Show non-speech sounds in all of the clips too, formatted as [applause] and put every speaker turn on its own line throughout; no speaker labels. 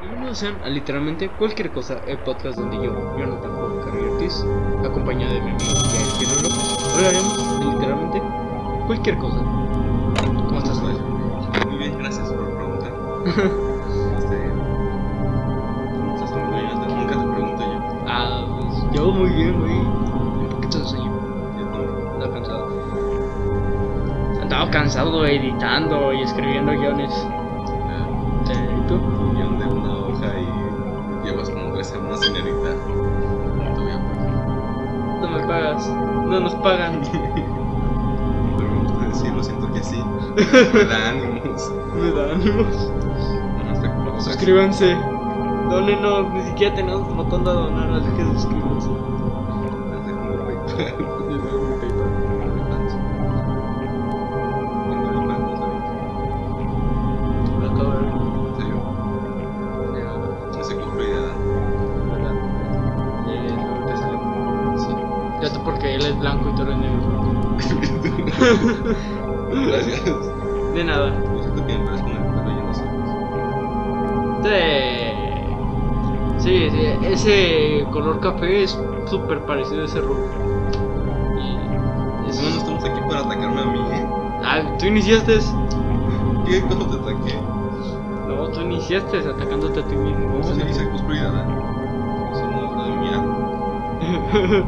Bienvenidos sean a literalmente cualquier cosa, el podcast donde yo, Jonathan Juan Carrillo Ortiz, acompañado de mi amigo Yael Quiero López, hablaremos de literalmente cualquier cosa. ¿Cómo estás, Noel?
Muy bien, gracias por preguntar. Este, ¿Cómo estás amigo Jonathan? Nunca te pregunto yo.
ah, pues yo muy bien, muy. Un poquito de sueño,
Yo también.
andaba cansado. Andaba cansado editando y escribiendo guiones.
Ah,
¿Y tú?
guión de una hoja y llevas como tres semanas sin editar. No te voy a pagar.
No me pagas, no nos [laughs] pagan.
Pero me gusta decirlo, siento que sí. Me da ánimos.
me da ánimos.
Bueno, hasta que lo
Suscríbanse. Dónenos, ni siquiera tenemos botón de donar, así que suscríbanse.
Hasta como
Y
PayPal.
luego mi PayPal.
Tengo el plan, no sabía.
Lo acabo de ver,
En serio. Ya, enciclopedia.
¿verdad? Eh, luego te sale un-
Sí.
Ya está porque él es blanco y tú eres negro.
Gracias.
De nada.
Yo siento que me parezco una persona llena de ojos.
Te- Este, Sí, sí, ese color café es súper parecido a ese rojo. Y es-
No, no estamos aquí para atacarme a mí, ¿eh? [laughs]
Ah, tú iniciaste.
¿Qué? ¿Cómo te ataqué?
No, tú iniciaste atacándote a ti mismo.
¿Cómo se dice cosplay? Eso no es lo de mía.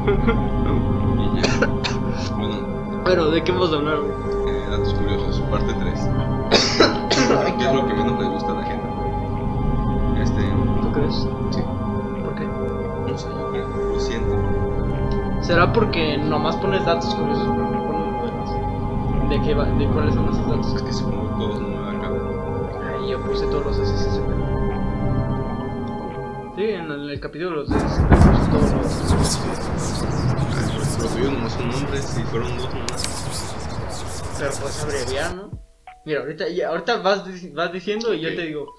Y ya. Bueno,
Pero, ¿de qué vamos a hablar? güey?
eh, datos curiosos, parte 3. [coughs] ¿Qué es lo que menos le gusta a la gente? Este,
¿Tú crees?
sí,
¿Por qué?
no sé, yo creo, lo siento.
¿Será porque nomás pones datos curiosos, pero no pones modelos? ¿De, qué va, ¿De cuáles son esos
Es
datos?
que supongo que todos no me van a caber.
Ay, yo puse todos los SSP. Sí, en el, el capítulo de los SSP puse todos los.
Los tuyos nomás son nombres y fueron dos nomás.
Pero puedes abreviar, ¿no? Mira, ahorita, ya- ahorita vas, dic- vas diciendo y yo
Ok.
te digo.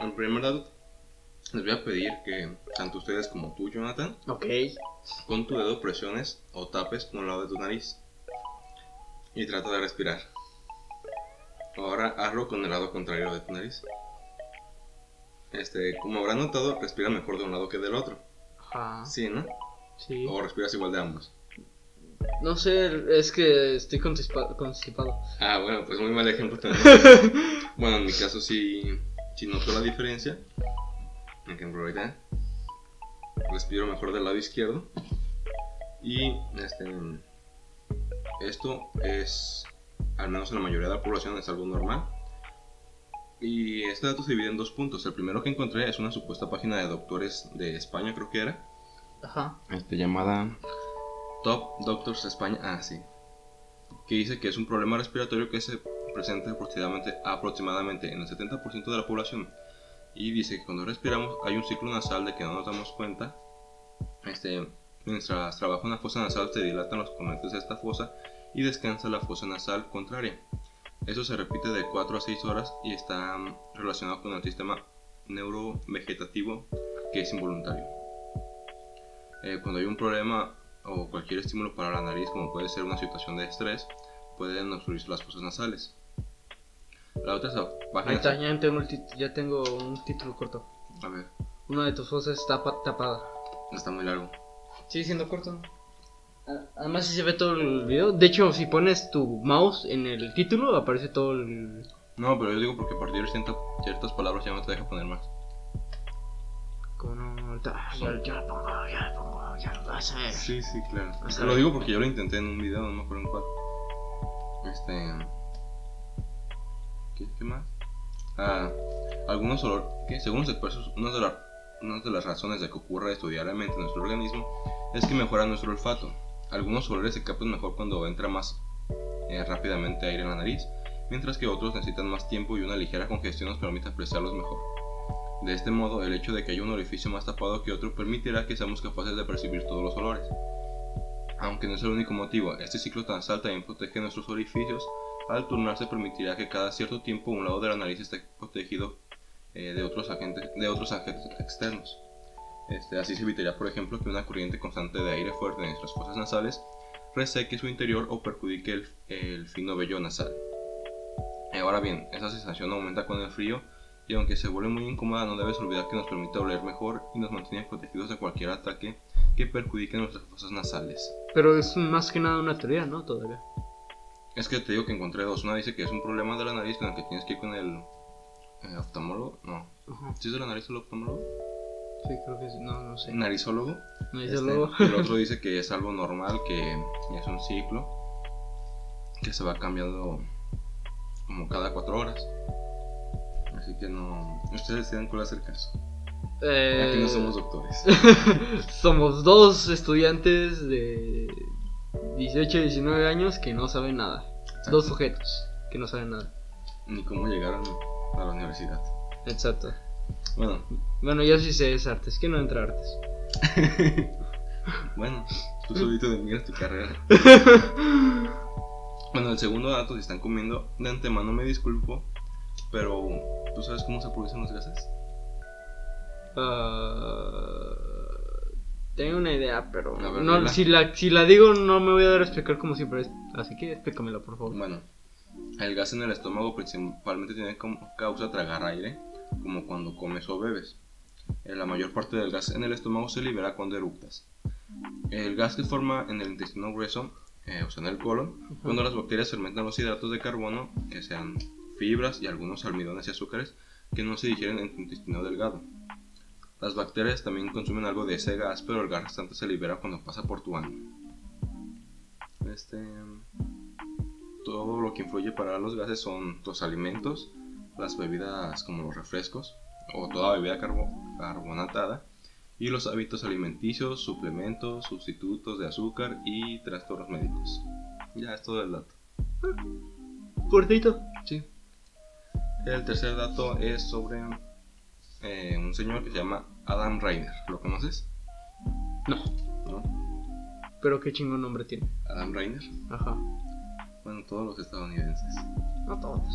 En primer dato, les voy a pedir que tanto ustedes como tú, Jonathan,
Ok.
Con tu dedo presiones o tapes con el lado de tu nariz. Y trata de respirar. Ahora hazlo con el lado contrario de tu nariz. Este, como habrán notado, respira mejor de un lado que del otro.
Ajá.
Sí, ¿no?
Ah. Sí.
O respiras igual de ambos.
No sé, es que estoy contispa- constipado.
Ah, bueno, pues muy mal ejemplo también. bueno, en mi caso sí, sí noto la diferencia. Por ejemplo, ahorita respiro mejor del lado izquierdo. Y este, esto es, al menos en la mayoría de la población, es algo normal. Y este dato se divide en dos puntos. El primero que encontré es una supuesta página de doctores de España, creo que era.
Ajá.
Este, llamada Top Doctors España. Ah, sí. Que dice que es un problema respiratorio que se presenta aproximadamente, aproximadamente en el 70% de la población. Y dice que cuando respiramos hay un ciclo nasal de que no nos damos cuenta. Este, mientras trabaja una fosa nasal se dilatan los componentes de esta fosa y descansa la fosa nasal contraria. Eso se repite de 4 a 6 horas y está mm, relacionado con el sistema neurovegetativo que es involuntario. Eh, cuando hay un problema o cualquier estímulo para la nariz, como puede ser una situación de estrés, pueden obstruirse las fosas nasales. La otra es la
Ahí
página.
está, ya tengo, el tit- ya tengo un título corto.
A ver,
Una de tus fosas está pa- tapada.
está muy largo.
Sigue siendo corto. A- Además, si se ve todo el video. De hecho, si pones tu mouse en el título, aparece todo el.
No, pero yo digo porque a partir de cierta- ciertas palabras ya no te deja poner más.
Como no, ahorita. ah, Ya, ya lo pongo, ya lo pongo, ya lo vas a ver.
Sí, sí, claro.
O sea,
lo digo porque yo lo intenté en un video, no me acuerdo en cuál. Este. ¿Qué, qué más? Ah, algunos olor. que Según los expertos, una de, la- una de las razones de que ocurra esto diariamente en nuestro organismo es que mejora nuestro olfato. Algunos olores se captan mejor cuando entra más eh, rápidamente aire en la nariz, mientras que otros necesitan más tiempo y una ligera congestión nos permite apreciarlos mejor. De este modo, el hecho de que haya un orificio más tapado que otro permitirá que seamos capaces de percibir todos los olores. Aunque no es el único motivo, este ciclo nasal también protege nuestros orificios. Al turnarse permitirá que cada cierto tiempo un lado de la nariz esté protegido eh, de otros agentes de otros agentes externos. Este, así se evitará, por ejemplo, que una corriente constante de aire fuerte en nuestras fosas nasales reseque su interior o perjudique el, el fino vello nasal. Eh, Ahora bien, esa sensación aumenta con el frío y aunque se vuelve muy incómoda, no debes olvidar que nos permite oler mejor y nos mantiene protegidos de cualquier ataque que perjudique nuestras fosas nasales.
Pero es más que nada una teoría, ¿no? Todavía.
Es que te digo que encontré dos. Una dice que es un problema de la nariz con el que tienes que ir con el, el oftalmólogo. No.
Ajá.
¿Sí es de la nariz el oftalmólogo?
Sí, creo que sí. No, no sé.
Narizólogo.
No dice
Este,
luego. [laughs]
El otro dice que es algo normal, que es un ciclo que se va cambiando como cada cuatro horas. Así que no. Ustedes decidan cuál hacer caso.
Eh,
Aquí
[laughs]
no somos doctores.
somos dos estudiantes de 18 y 19 años que no saben nada. Dos sujetos que no saben nada.
Ni cómo llegaron a la universidad.
Exacto.
Bueno,
Bueno, yo sí sé es artes. ¿Quién no entra a [laughs] artes?
bueno, tú solito denigras tu carrera. Bueno, el segundo dato, si están comiendo, de antemano me disculpo, pero ¿tú sabes cómo se producen los gases?
Ah, tengo una idea, pero
A ver,
no,
dila.
si, la, si la digo no me voy a dar a explicar como siempre. es- Así que explícamela, por favor.
Bueno, el gas en el estómago principalmente tiene como causa tragar aire, como cuando comes o bebes. Eh, La mayor parte del gas en el estómago se libera cuando eructas. El gas que forma en el intestino grueso, eh, o sea, en el colon, cuando las bacterias fermentan los hidratos de carbono, que sean fibras y algunos almidones y azúcares, que no se digieren en tu intestino delgado. Las bacterias también consumen algo de ese gas, pero el gas restante se libera cuando pasa por tu ano. Este, todo lo que influye para los gases son los alimentos, las bebidas como los refrescos o toda bebida carbo- carbonatada y los hábitos alimenticios, suplementos, sustitutos de azúcar y trastornos médicos. Ya es todo el dato.
Cortito.
Sí. El tercer dato es sobre eh, un señor que se llama Adam Reiner. ¿Lo conoces?
No,
¿No?
pero qué chingón nombre tiene.
Adam Reiner.
Ajá.
Bueno, todos los estadounidenses.
No todos.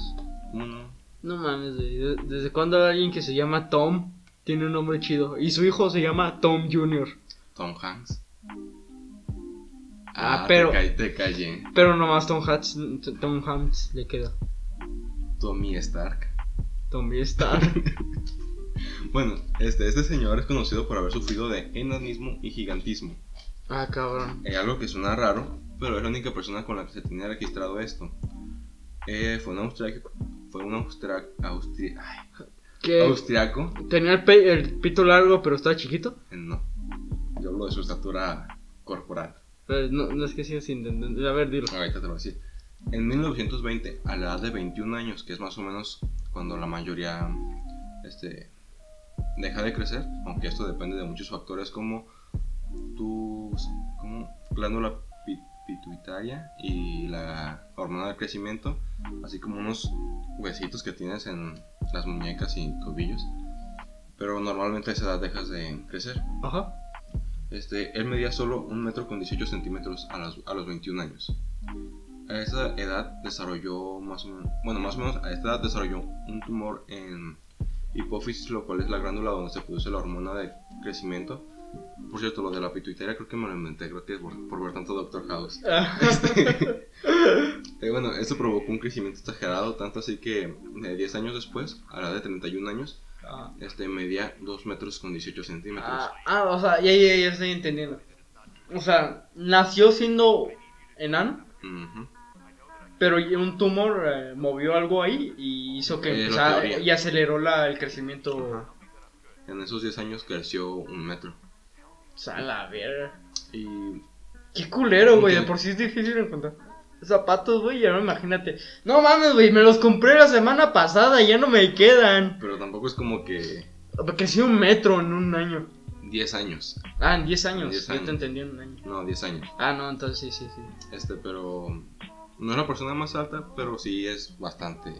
¿Cómo no?
No mames, güey, de- ¿Desde cuándo alguien que se llama Tom tiene un nombre chido? Y su hijo se llama Tom Jr.
Tom Hanks.
Ah,
te
pero-
ca- Te callé.
Pero nomás Tom Hanks, Tom Hanks le queda.
Tommy Stark. [laughs]
Tommy Star.
Bueno, este, este señor es conocido por haber sufrido de enanismo y gigantismo.
ah, cabrón.
Es algo que suena raro, pero es la única persona con la que se tenía registrado esto. Eh, fue un austriaco. Fue un austra- austri- ay,
¿Qué?
austriaco.
Tenía el, pe- el pito largo, pero estaba chiquito.
Eh, No. Yo hablo de su estatura corporal.
Pero Eh, no, no es que sigas sin entender. A ver, dilo.
Ahorita te lo voy a decir. En 1920, a la edad de 21 años, que es más o menos cuando la mayoría este, deja de crecer, aunque esto depende de muchos factores como tu como glándula pi- pituitaria y la hormona de crecimiento, así como unos huesitos que tienes en las muñecas y tobillos. Pero normalmente a esa edad dejas de crecer.
Ajá.
Este, él medía solo un metro con 18 centímetros a, las- a los 21 años. A esa edad desarrolló más o menos, bueno, más o menos a esta edad desarrolló un tumor en hipófisis, lo cual es la glándula donde se produce la hormona de crecimiento. Por cierto, lo de la pituitaria creo que me lo inventé, creo que es por, por ver tanto
[laughs]
Doctor House. Este, Eh, bueno, esto provocó un crecimiento exagerado, tanto así que eh, 10 años después, a la edad de 31 años,
Ah,
este medía 2 metros con 18 centímetros.
ah, o sea, ya, ya, ya estoy entendiendo. O sea, nació siendo enano,
Ujú.
pero un tumor eh, movió algo ahí y hizo que
Es Eh, la
empezara
teoría.
y aceleró la, el crecimiento.
En esos 10 años creció un metro.
O sea, la verga.
Y
Qué culero, güey. De
Ok.
por sí es difícil encontrar zapatos, güey. Y ahora imagínate. No mames, güey. Me los compré la semana pasada y ya no me quedan.
Pero tampoco es como que
Crecí un metro en un año.
10 años.
Ah, en 10 años.
Diez
Yo
años.
te entendí en un año.
No, 10 años.
Ah, no, entonces sí, sí, sí.
Este, pero. No es la persona más alta, pero sí es bastante.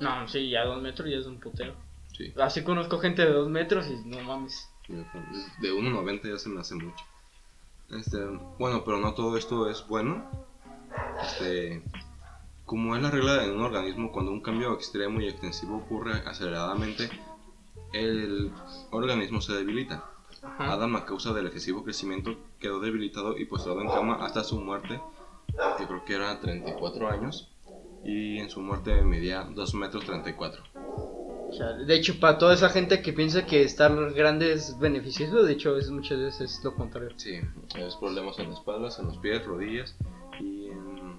No, sí, ya dos metros ya es un putero.
Sí.
Así conozco gente de dos metros y no mames.
yo creo- De 1.90 ya se me hace mucho. Este, bueno, pero no todo esto es bueno. Este. Como es la regla en un organismo, cuando un cambio extremo y extensivo ocurre aceleradamente, el organismo se debilita.
Ajá.
Adam, a causa del excesivo crecimiento, quedó debilitado y postrado en cama hasta su muerte, que creo que era 34 años, y en su muerte medía 2 metros 34.
Chale. De hecho, para toda esa gente que piensa que estar grande es beneficioso, de hecho, es muchas veces lo contrario.
Sí, es problemas en las espaldas, en los pies, rodillas y en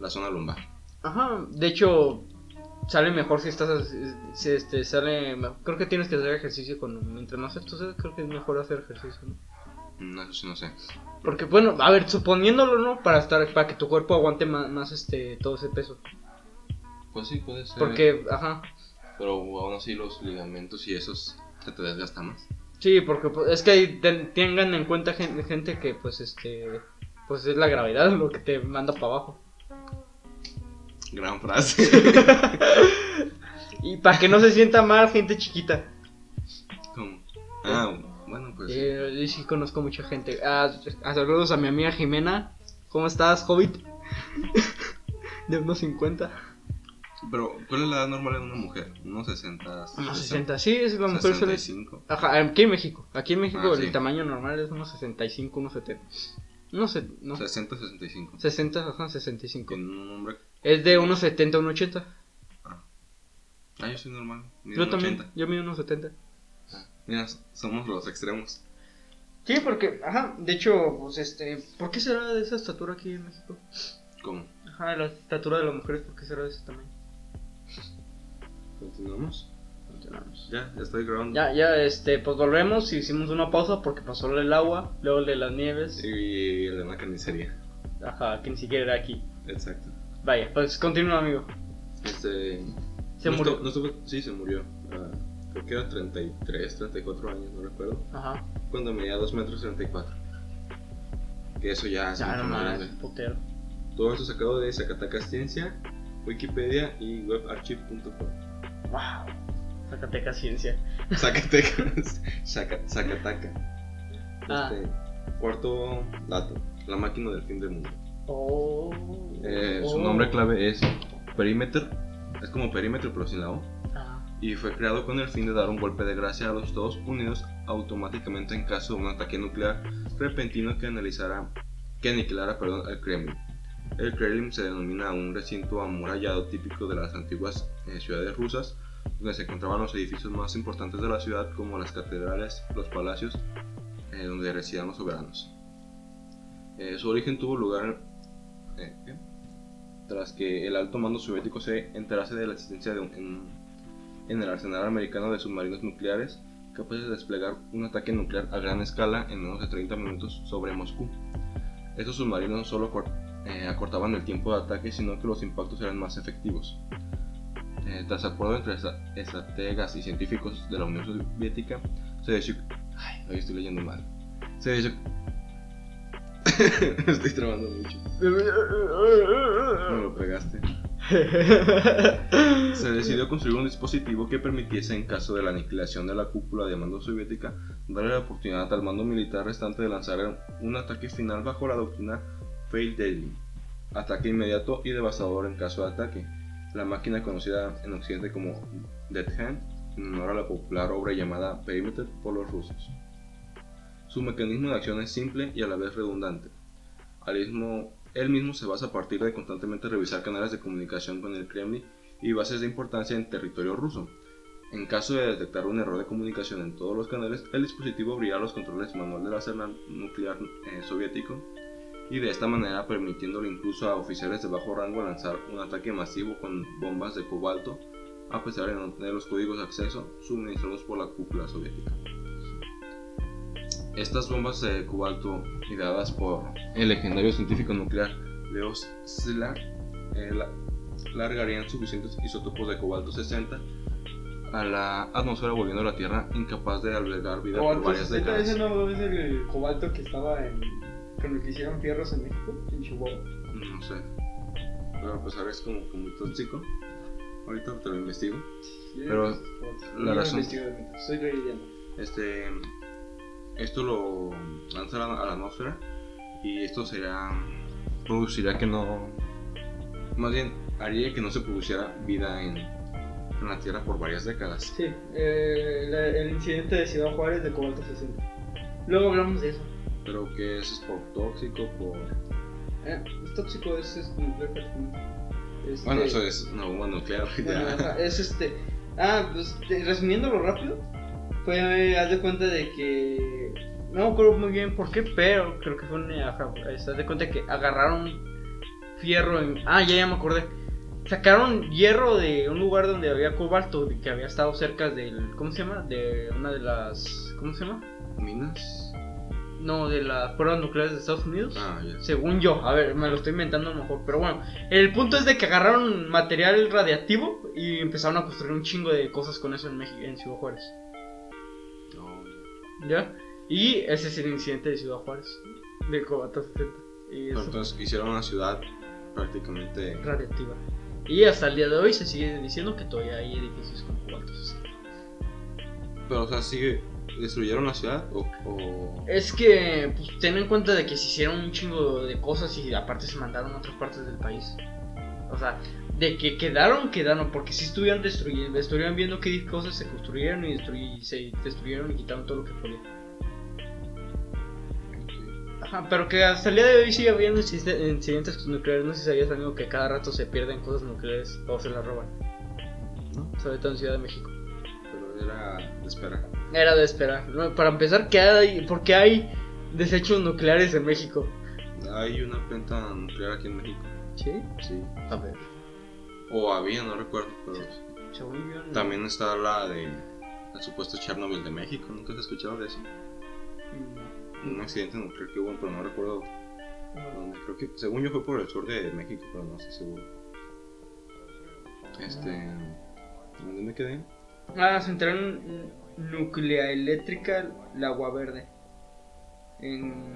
la zona lumbar.
Ajá, de hecho, sale mejor si estás. Si este, sale mejor. Creo que tienes que hacer ejercicio con. Mientras más entonces creo que es mejor hacer ejercicio, ¿no?
No, Mm, eso sí no sé.
Porque, bueno, a ver, suponiéndolo, ¿no? Para estar para que tu cuerpo aguante más, más este todo ese peso.
Pues sí, puede ser.
Porque, ajá.
Pero aún así los ligamentos y esos se te desgastan más.
Sí, porque pues, es que ahí ten- tengan en cuenta gen- gente que, pues, este. Pues es la gravedad lo que te manda para abajo.
Gran [laughs] frase.
Y para que no se sienta mal, gente chiquita.
¿Cómo? Ah, bueno, pues.
Eh, yo sí conozco mucha gente. Ah, ah, saludos a mi amiga Jimena. ¿Cómo estás, Hobbit? [laughs] De unos 50.
Pero, ¿cuál es la edad normal de una mujer? Unos 60.
Unos 60. Sí, es la mujer suele.
65.
Ajá, aquí en México. Aquí en México
Ah,
el
sí.
tamaño normal es unos 65, unos 70. No sé, no.
60, 65.
60, ajá, 65.
Con un hombre.
Es de unos 70 a unos 80.
Ah, yo soy normal. Mido
Yo
un
también,
80.
yo mido unos 70.
Ah, Mira, somos los extremos.
Sí, porque, ajá, de hecho, pues este, ¿por qué será de esa estatura aquí en México?
¿Cómo?
Ajá, la estatura de las mujeres, ¿por qué será de ese tamaño?
¿Continuamos?
Continuamos.
Ya, ya estoy grabando.
Ya, ya, este, pues volvemos y hicimos una pausa porque pasó el agua, luego el de las nieves,
Y el de una carnicería.
ajá, que ni siquiera era aquí.
Exacto.
Vaya, pues continúa, amigo.
Este.
Se
no
murió.
estuvo- no estuvo- sí, se murió. Ah, creo que era 33, 34 años, no recuerdo.
Ajá,
Cuando medía 2 metros 34. Que eso ya es
ya
mucho
no
más
mames,
grande.
putero.
Todo esto sacado de Zacataca Ciencia, Wikipedia y webarchive.com.
Wow, Zacateca ciencia.
Zacatecas. [laughs] Zaca- Zacataca.
Ah.
Este, cuarto dato: La máquina del fin del mundo.
Oh,
Eh, Su
oh.
nombre clave es Perimeter. Es como perímetro, pero sin la O.
Ah,
y fue creado con el fin de dar un golpe de gracia a los Estados Unidos automáticamente en caso de un ataque nuclear repentino que, analizara, que aniquilara perdón, al Kremlin. El Kremlin se denomina un recinto amurallado típico de las antiguas eh, ciudades rusas, donde se encontraban los edificios más importantes de la ciudad como las catedrales, los palacios, eh, donde residían los soberanos. Eh, su origen tuvo lugar eh, ¿qué? tras que el alto mando soviético se enterase de la existencia de un, en- en el arsenal americano de submarinos nucleares capaces de desplegar un ataque nuclear a gran escala en menos de 30 minutos sobre Moscú. Estos submarinos no solo acor- eh, acortaban el tiempo de ataque, sino que los impactos eran más efectivos. Eh, tras acuerdo entre esta- estrategas y científicos de la Unión Soviética, se decidió... Ay, hoy estoy leyendo mal. Se decidió... [laughs] estoy trabando mucho. Me lo pegaste.
[laughs]
Se decidió construir un dispositivo que permitiese, en caso de la aniquilación de la cúpula de mando soviética, darle la oportunidad al mando militar restante de lanzar un ataque final bajo la doctrina Fail Deadly, ataque inmediato y devastador en caso de ataque. La máquina conocida en Occidente como Dead Hand, en honor a la popular obra llamada Perimeter por los rusos. Su mecanismo de acción es simple y a la vez redundante. Al mismo- él mismo se basa a partir de constantemente revisar canales de comunicación con el Kremlin y bases de importancia en territorio ruso. En caso de detectar un error de comunicación en todos los canales, el dispositivo abrirá los controles manual del arsenal nuclear eh, soviético y de esta manera permitiéndole incluso a oficiales de bajo rango lanzar un ataque masivo con bombas de cobalto a pesar de no tener los códigos de acceso suministrados por la cúpula soviética. Estas bombas de cobalto ideadas por el legendario científico nuclear Leo Szilard eh, la- largarían suficientes isótopos de cobalto 60 a la atmósfera volviendo a la Tierra incapaz de albergar vida por varias décadas.
no es el cobalto que estaba en. con el que hicieron fierros en México? En Chihuahua.
No sé. Pero pues ahora es como, como muy tóxico. Ahorita te lo investigo. Pero la razón-
Soy
Este. Esto lo lanza a la, a la atmósfera. Y esto será. Producirá que no. Más bien, haría que no se produciera vida en, en la Tierra por varias décadas.
Sí, eh, la- el incidente de Ciudad Juárez de Cobalto 60. Luego hablamos de eso.
Pero que eso es por tóxico, por.
Eh, es tóxico, es, es nuclear prácticamente. Este,
Bueno, eso es una bomba nuclear. [laughs]
bueno,
ya.
ajá, es este. Ah, pues te- resumiéndolo rápido, fue, eh, haz de cuenta de que. No me acuerdo muy bien por qué, pero creo que fue una. ajá, es, Haz de cuenta que agarraron fierro en. Ah, ya, ya me acordé. Sacaron hierro de un lugar donde había cobalto, de que había estado cerca del. ¿Cómo se llama? De una de las. ¿Cómo se llama?
¿Minas?
No, de las pruebas nucleares de Estados Unidos.
Ah, ya.
Según yo, a ver, me lo estoy inventando a lo mejor, pero bueno, el punto es de que agarraron material radiactivo y empezaron a construir un chingo de cosas con eso en México, en Ciudad Juárez.
No, ya.
¿Ya? Y ese es el incidente de Ciudad Juárez, del Cobato 70. Y
Pero
eso,
entonces hicieron una ciudad prácticamente.
radiactiva. Y hasta el día de hoy se sigue diciendo que todavía hay edificios con cobalto 60.
Pero, o sea, sigue. ¿Destruyeron la ciudad o.? o-
Es que, pues, ten en cuenta de que se hicieron un chingo de cosas y aparte se mandaron a otras partes del país. O sea, de que quedaron, quedaron, porque si estuvieron destruyendo, estuvieron viendo qué cosas se construyeron y, destruy- y se destruyeron y quitaron todo lo que podían. Ajá, pero que hasta el día de hoy sigue habiendo incide- incidentes nucleares. No sé si sabías, amigo, que cada rato se pierden cosas nucleares o se las roban.
No,
Sobre todo en Ciudad de México.
pero era de esperar.
Era de esperar. No, para empezar, ¿qué hay? ¿por qué hay desechos nucleares en México?
Hay una planta nuclear aquí en México.
Sí.
Sí.
A ver.
O había, no recuerdo, pero.
Según yo, no.
También está la de. La supuesta Chernobyl de México. ¿Nunca has escuchado de eso?
No.
Un accidente nuclear que hubo, pero no recuerdo dónde. Creo que, según yo, fue por el sur de México, pero no estoy seguro. Este. ¿Dónde me quedé?
Ah, central nucleoeléctrica La Agua Verde. En.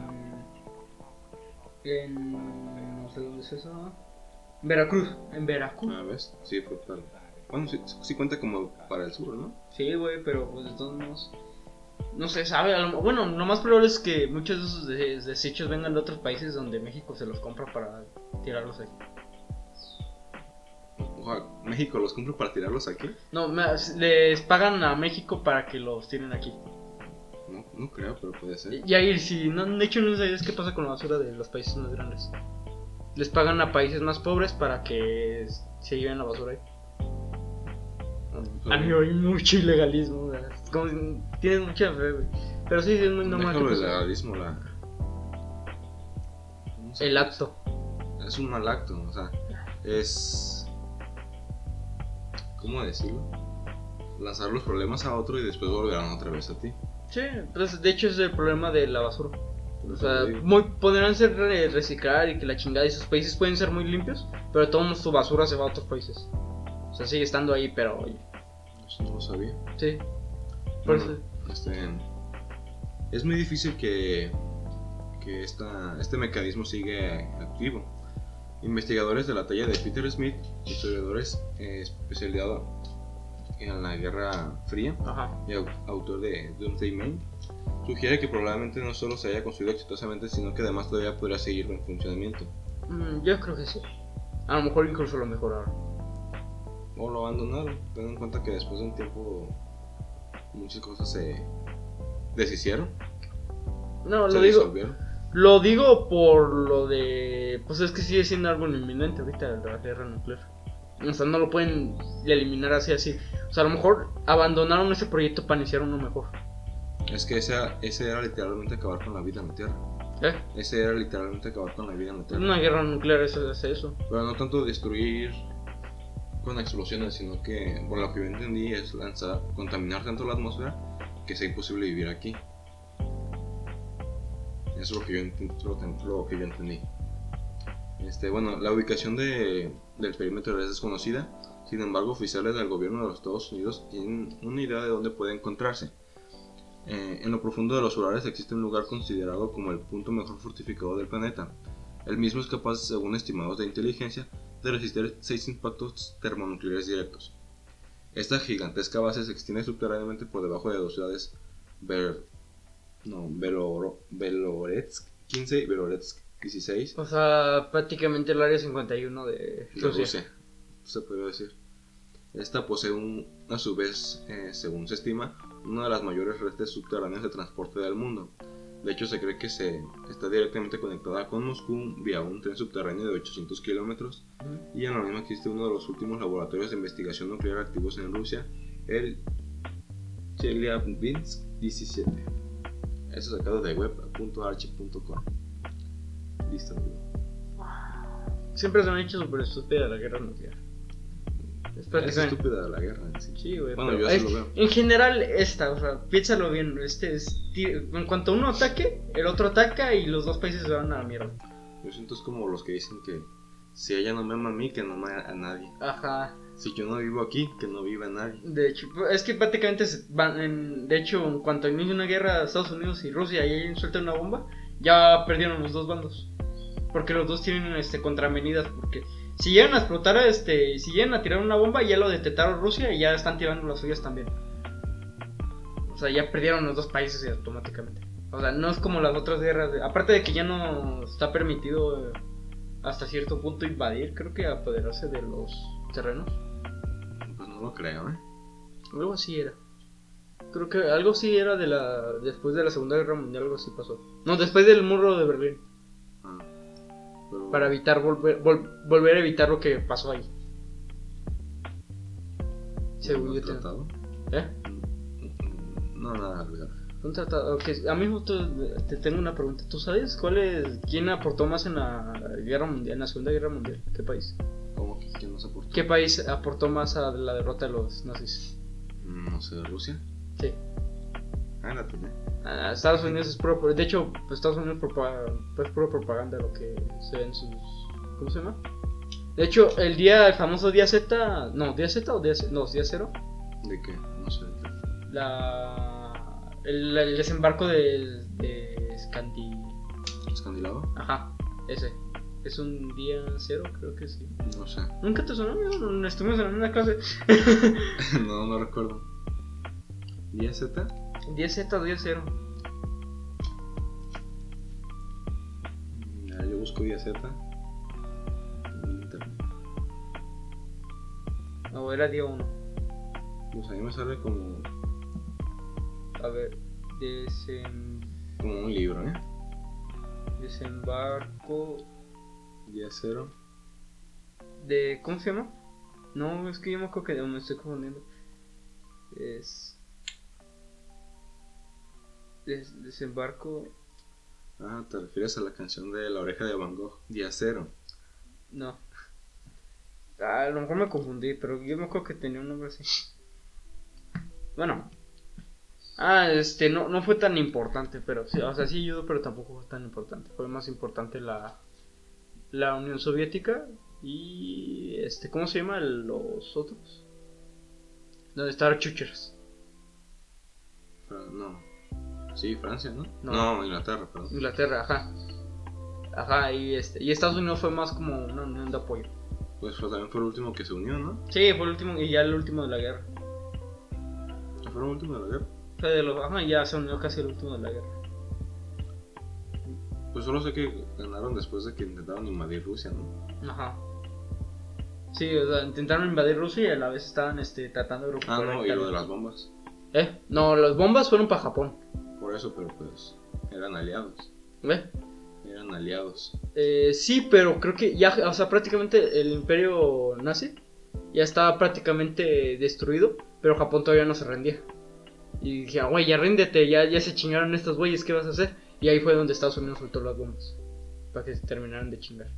En. No sé dónde es eso. Veracruz. En Veracruz.
¿Una vez? Ah, Sí, fue para. Bueno, sí, sí cuenta como para el sur, ¿no?
Sí, güey, pero pues de todos modos. No se sabe. a lo- bueno, lo más probable es que muchos de esos de- desechos vengan de otros países donde México se los compra para tirarlos aquí.
Ojalá, México los compra para tirarlos aquí.
No, me- les pagan a México para que los tiren aquí.
No, no creo, pero puede ser.
Y ahí, si no, de hecho no sabías qué pasa con la basura de los países más grandes. Les pagan a países más pobres para que s- se lleven la basura ahí.
Sí.
A mí hay mucho ilegalismo, o sea, es como si- tienes mucha fe, güey. Pero sí, sí, es muy normal. que
Déjalo el
pase.
legalismo, la. ¿Cómo se
El
llama?
acto.
Es un mal acto, o sea, es. ¿Cómo decirlo? Lanzar los problemas a otro y después volverán otra vez a ti.
Sí, entonces de hecho es el problema de la basura. O sea,
Sí.
muy, podrán ser re- reciclar y que la chingada y sus países pueden ser muy limpios, pero todo su basura se va a otros países. O sea, sigue estando ahí, pero oye,
Eso no lo sabía.
sí. Por
Bueno,
eso-
este, es muy difícil que, que esta, este mecanismo sigue activo. Investigadores de la talla de Peter Smith, historiadores eh, especializados en la Guerra Fría,
Ajá.
y au- autor de Doomsday Man, sugiere que probablemente no solo se haya construido exitosamente, sino que además todavía podría seguir en funcionamiento.
Mm, yo creo que sí. A lo mejor incluso lo mejoraron.
O lo abandonaron, teniendo en cuenta que después de un tiempo muchas cosas se deshicieron,
No,
se
lo digo,
disolvieron.
lo digo por lo de... Pues es que sigue siendo algo inminente ahorita la guerra nuclear. O sea, no lo pueden eliminar así, así. O sea, a lo mejor abandonaron ese proyecto para iniciar uno mejor.
Es que ese, ese era literalmente acabar con la vida en la Tierra.
¿Eh?
Ese era literalmente acabar con la vida en la Tierra.
Una guerra nuclear eso hace eso.
Pero no tanto destruir con explosiones, sino que, por lo que yo entendí, es lanzar, contaminar tanto la atmósfera que sea imposible vivir aquí. Eso es lo que yo, ent- lo que- lo que yo entendí. Este, bueno, la ubicación de, del perímetro es desconocida, sin embargo, oficiales del gobierno de los Estados Unidos tienen una idea de dónde puede encontrarse. Eh, en lo profundo de los Urales existe un lugar considerado como el punto mejor fortificado del planeta. El mismo es capaz, según estimados de inteligencia, de resistir seis impactos termonucleares directos. Esta gigantesca base se extiende subterráneamente por debajo de dos ciudades, Ver... no, Veloro- Veloretsk 15 y Veloretsk 16,
O sea, prácticamente el área 51 de
de
Rusia.
Rusia, se podría decir. Esta posee un, a su vez, eh, según se estima, una de las mayores redes subterráneas de transporte del mundo. De hecho, se cree que se está directamente conectada con Moscú vía un tren subterráneo de 800 kilómetros
Ujú.
y en la misma existe uno de los últimos laboratorios de investigación nuclear activos en Rusia el Chelyabinsk 17. Eso sacado de web.archi.com. Listo, amigo.
Siempre se me ha hecho súper estúpida la guerra nuclear. Es
Es
prácticamente-
estúpida la guerra en sí.
Sí, güey.
Bueno,
pero
yo así
es-
lo veo.
En general, esta, o sea, piénsalo bien. Este es ti- en cuanto uno ataque, el otro ataca y los dos países se van a la mierda.
Yo siento es como los que dicen que si ella no me ama a mí, que no me ama a nadie.
Ajá.
Si yo no vivo aquí, que no viva nadie.
De hecho, es que prácticamente se van en- de hecho, en cuanto inicia una guerra Estados Unidos y Rusia y alguien suelta una bomba, ya perdieron los dos bandos. Porque los dos tienen este contravenidas porque si llegan a explotar este, si llegan a tirar una bomba, ya lo detectaron Rusia y ya están tirando las suyas también. O sea, ya perdieron los dos países automáticamente. O sea, no es como las otras guerras, de- aparte de que ya no está permitido eh, hasta cierto punto invadir, creo que apoderarse de los terrenos.
Pues no lo creo, ¿eh?
Algo así era. Creo que algo sí era de la después de la Segunda Guerra Mundial, algo así pasó. No, después del muro de Berlín,
Ah, pero-
para evitar volver vol- volver a evitar lo que pasó ahí. Según
¿Un
yo tengo.
tratado? Mm,
¿Eh?
No, nada, Edgar.
Un tratado. ok, a mí justo te tengo una pregunta. ¿Tú sabes cuál es quién aportó más en la guerra mundial, en la Segunda Guerra Mundial? ¿Qué país?
¿Cómo que quién nos aportó?
¿Qué país aportó más a la derrota de los nazis?
Mm, No sé, Rusia.
Sí.
Ah, la tuya.
Ah, Estados Unidos es puro, de hecho, pues, Estados Unidos propa- pues puro propaganda lo que se ve en sus, ¿cómo se llama? De hecho, el día, el famoso día Z, no, día Z o día, C- no, día cero,
¿De qué? No sé. de qué.
la, el, el desembarco de, de Scandi,
¿Escandilado?
ajá, ese, es un día cero, creo que sí.
No sé. [laughs]
Nunca te sonó, amigo? No, no, estuvimos en una clase. [laughs]
no, no recuerdo. ¿Día Z?
Día Z o día cero.
Mm, a ver, yo busco Día Z. en el internet.
o era día uno.
Pues a mí me sale como,
A ver, desem-
como un libro, ¿eh?
desembarco
Día cero.
de ¿cómo se llama? No, es que yo me acuerdo que no, me estoy confundiendo. Es Des- desembarco
Ah, te refieres a la canción de La oreja de Van Gogh. Día cero.
no. Ah, A lo mejor me confundí, pero yo me acuerdo que tenía un nombre así. Bueno. Ah, este no, no fue tan importante, pero sí, o sea, sí ayudó, pero tampoco fue tan importante. Fue más importante la la Unión Soviética y este ¿cómo se llama los otros? Donde estaban Chuchers.
Fra- Ah, no. Sí, Francia, ¿no?
No.
Inglaterra, perdón.
Inglaterra, ajá. Ajá, y este. Y Estados Unidos fue más como una unión de apoyo.
Pues fue, también fue el último que se unió, ¿no?
Sí, fue el último, y ya el último de la guerra.
Fue el último de la guerra.
Fue de los. Ajá, ya se unió casi el último de la guerra.
Pues solo sé que ganaron después de que intentaron invadir Rusia, ¿no?
Ajá. Sí, o sea, intentaron invadir Rusia y a la vez estaban este, tratando de
Ah,
recuperar.
no, y
Italia.
lo de las bombas.
¿Eh? No, las bombas fueron para Japón.
Por eso, pero pues eran aliados.
¿Eh?
Eran aliados.
Eh, sí, pero creo que ya, o sea, prácticamente el imperio nazi ya estaba prácticamente destruido, pero Japón todavía no se rendía. Y dije, "Ah, güey, ya ríndete, ya, ya se chingaron estos güeyes, ¿qué vas a hacer? Y ahí fue donde Estados Unidos soltó las bombas, para que se terminaran de chingar.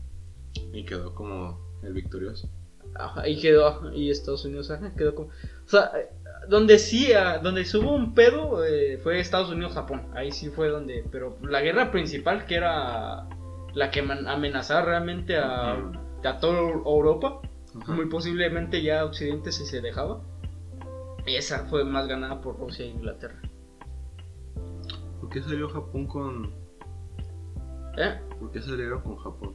Y quedó como el victorioso.
Ajá, y quedó, y Estados Unidos, ajá, quedó como... O sea, eh, donde sí, ah, donde sí hubo un pedo eh, fue Estados Unidos-Japón, ahí sí fue donde... Pero la guerra principal, que era la que man- amenazaba realmente a
Ajá.
a toda Europa, muy posiblemente ya Occidente si se dejaba. Y esa fue más ganada por Rusia e Inglaterra.
¿Por qué salió Japón con.?
¿Eh?
¿Por qué salieron con Japón?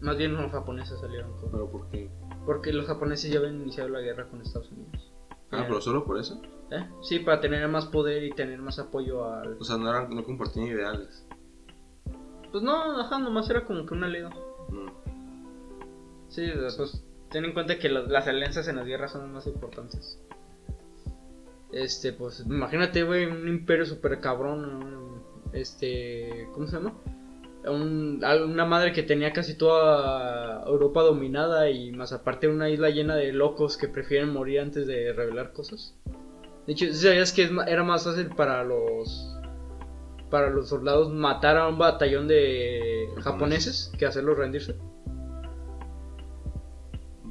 Más bien los japoneses salieron con-
¿Pero por qué?
Porque los japoneses ya habían iniciado la guerra con Estados Unidos.
Ah,
Eh,
pero solo por eso.
¿eh? Sí, para tener más poder y tener más apoyo al...
O sea, no, eran, no compartían ideales.
Pues no, ajá, nomás era como que un aliado.
No.
Sí, o sea, pues ten en cuenta que la- las alianzas en las guerras son las más importantes. Este, pues imagínate, güey, un imperio super cabrón. Este, ¿cómo se llama? a un- a una madre que tenía casi toda Europa dominada y más aparte una isla llena de locos que prefieren morir antes de revelar cosas. De hecho, ¿sí ¿sabías que es ma- era más fácil para los para los soldados matar a un batallón de
Japoneses.
japoneses que hacerlos rendirse?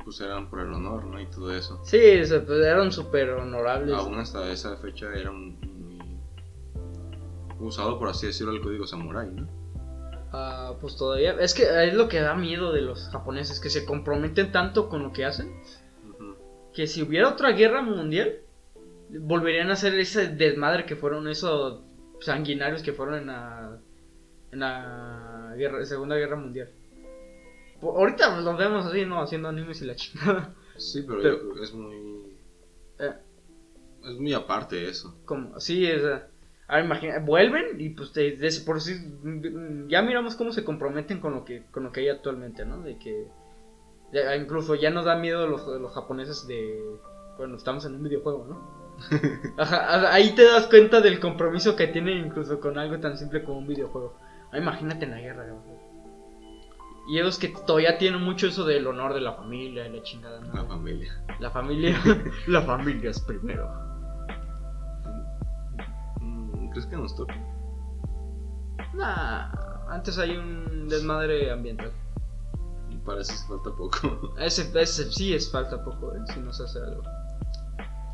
Pues eran por el honor, ¿no? Y todo eso.
Sí, o sea, pues, eran súper honorables.
Aún hasta esa fecha era un- muy usado, por así decirlo, el código samurái, ¿no?
Ah, pues todavía. Es que es lo que da miedo de los japoneses, que se comprometen tanto con lo que hacen.
Ujú.
que si hubiera otra guerra mundial, volverían a hacer ese desmadre que fueron esos sanguinarios que fueron en la, en la guerra, Segunda Guerra Mundial. Po- ahorita pues, los vemos así, ¿no? Haciendo animes y la chingada.
Sí, pero,
Pero-
yo creo que es muy.
Eh.
Es muy aparte de eso.
Como, así, o sea, ahora imagina- vuelven y pues te- des- por si ya miramos cómo se comprometen con lo que con lo que hay actualmente, ¿no? De que ya- incluso ya nos da miedo los, los japoneses de bueno, estamos en un videojuego, ¿no? Ajá, a- ahí te das cuenta del compromiso que tienen incluso con algo tan simple como un videojuego. Ahora imagínate en la guerra, güey. Y ellos que todavía tienen mucho eso del honor de la familia y la chingada, ¿no?
La familia.
La familia, [laughs] la familia es primero.
Mm, ¿Crees que nos toca?
Nah, antes hay un desmadre ambiental.
Parece que falta poco. [laughs]
Ese, ese sí es falta poco, ¿eh? si nos hace algo.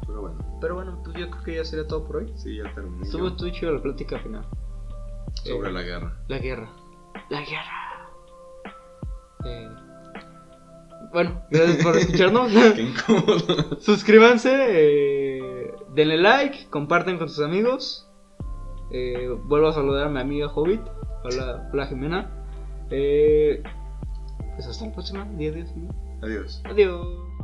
Pero bueno,
Pero bueno, pues yo creo que ya sería todo por hoy.
sí, ya terminé.
Estuvo
yo.
tú chido la plática final.
Sobre
Eh,
la guerra.
La guerra. La guerra. Eh, bueno, gracias por
[laughs]
escucharnos. [laughs]
Qué incómodo. [laughs]
Suscríbanse, eh, denle like, comparten con sus amigos. Eh, vuelvo a saludar a mi amiga Hobbit. Hola, hola Jimena. Eh, pues hasta la próxima. Adiós.
Adiós.
Adiós.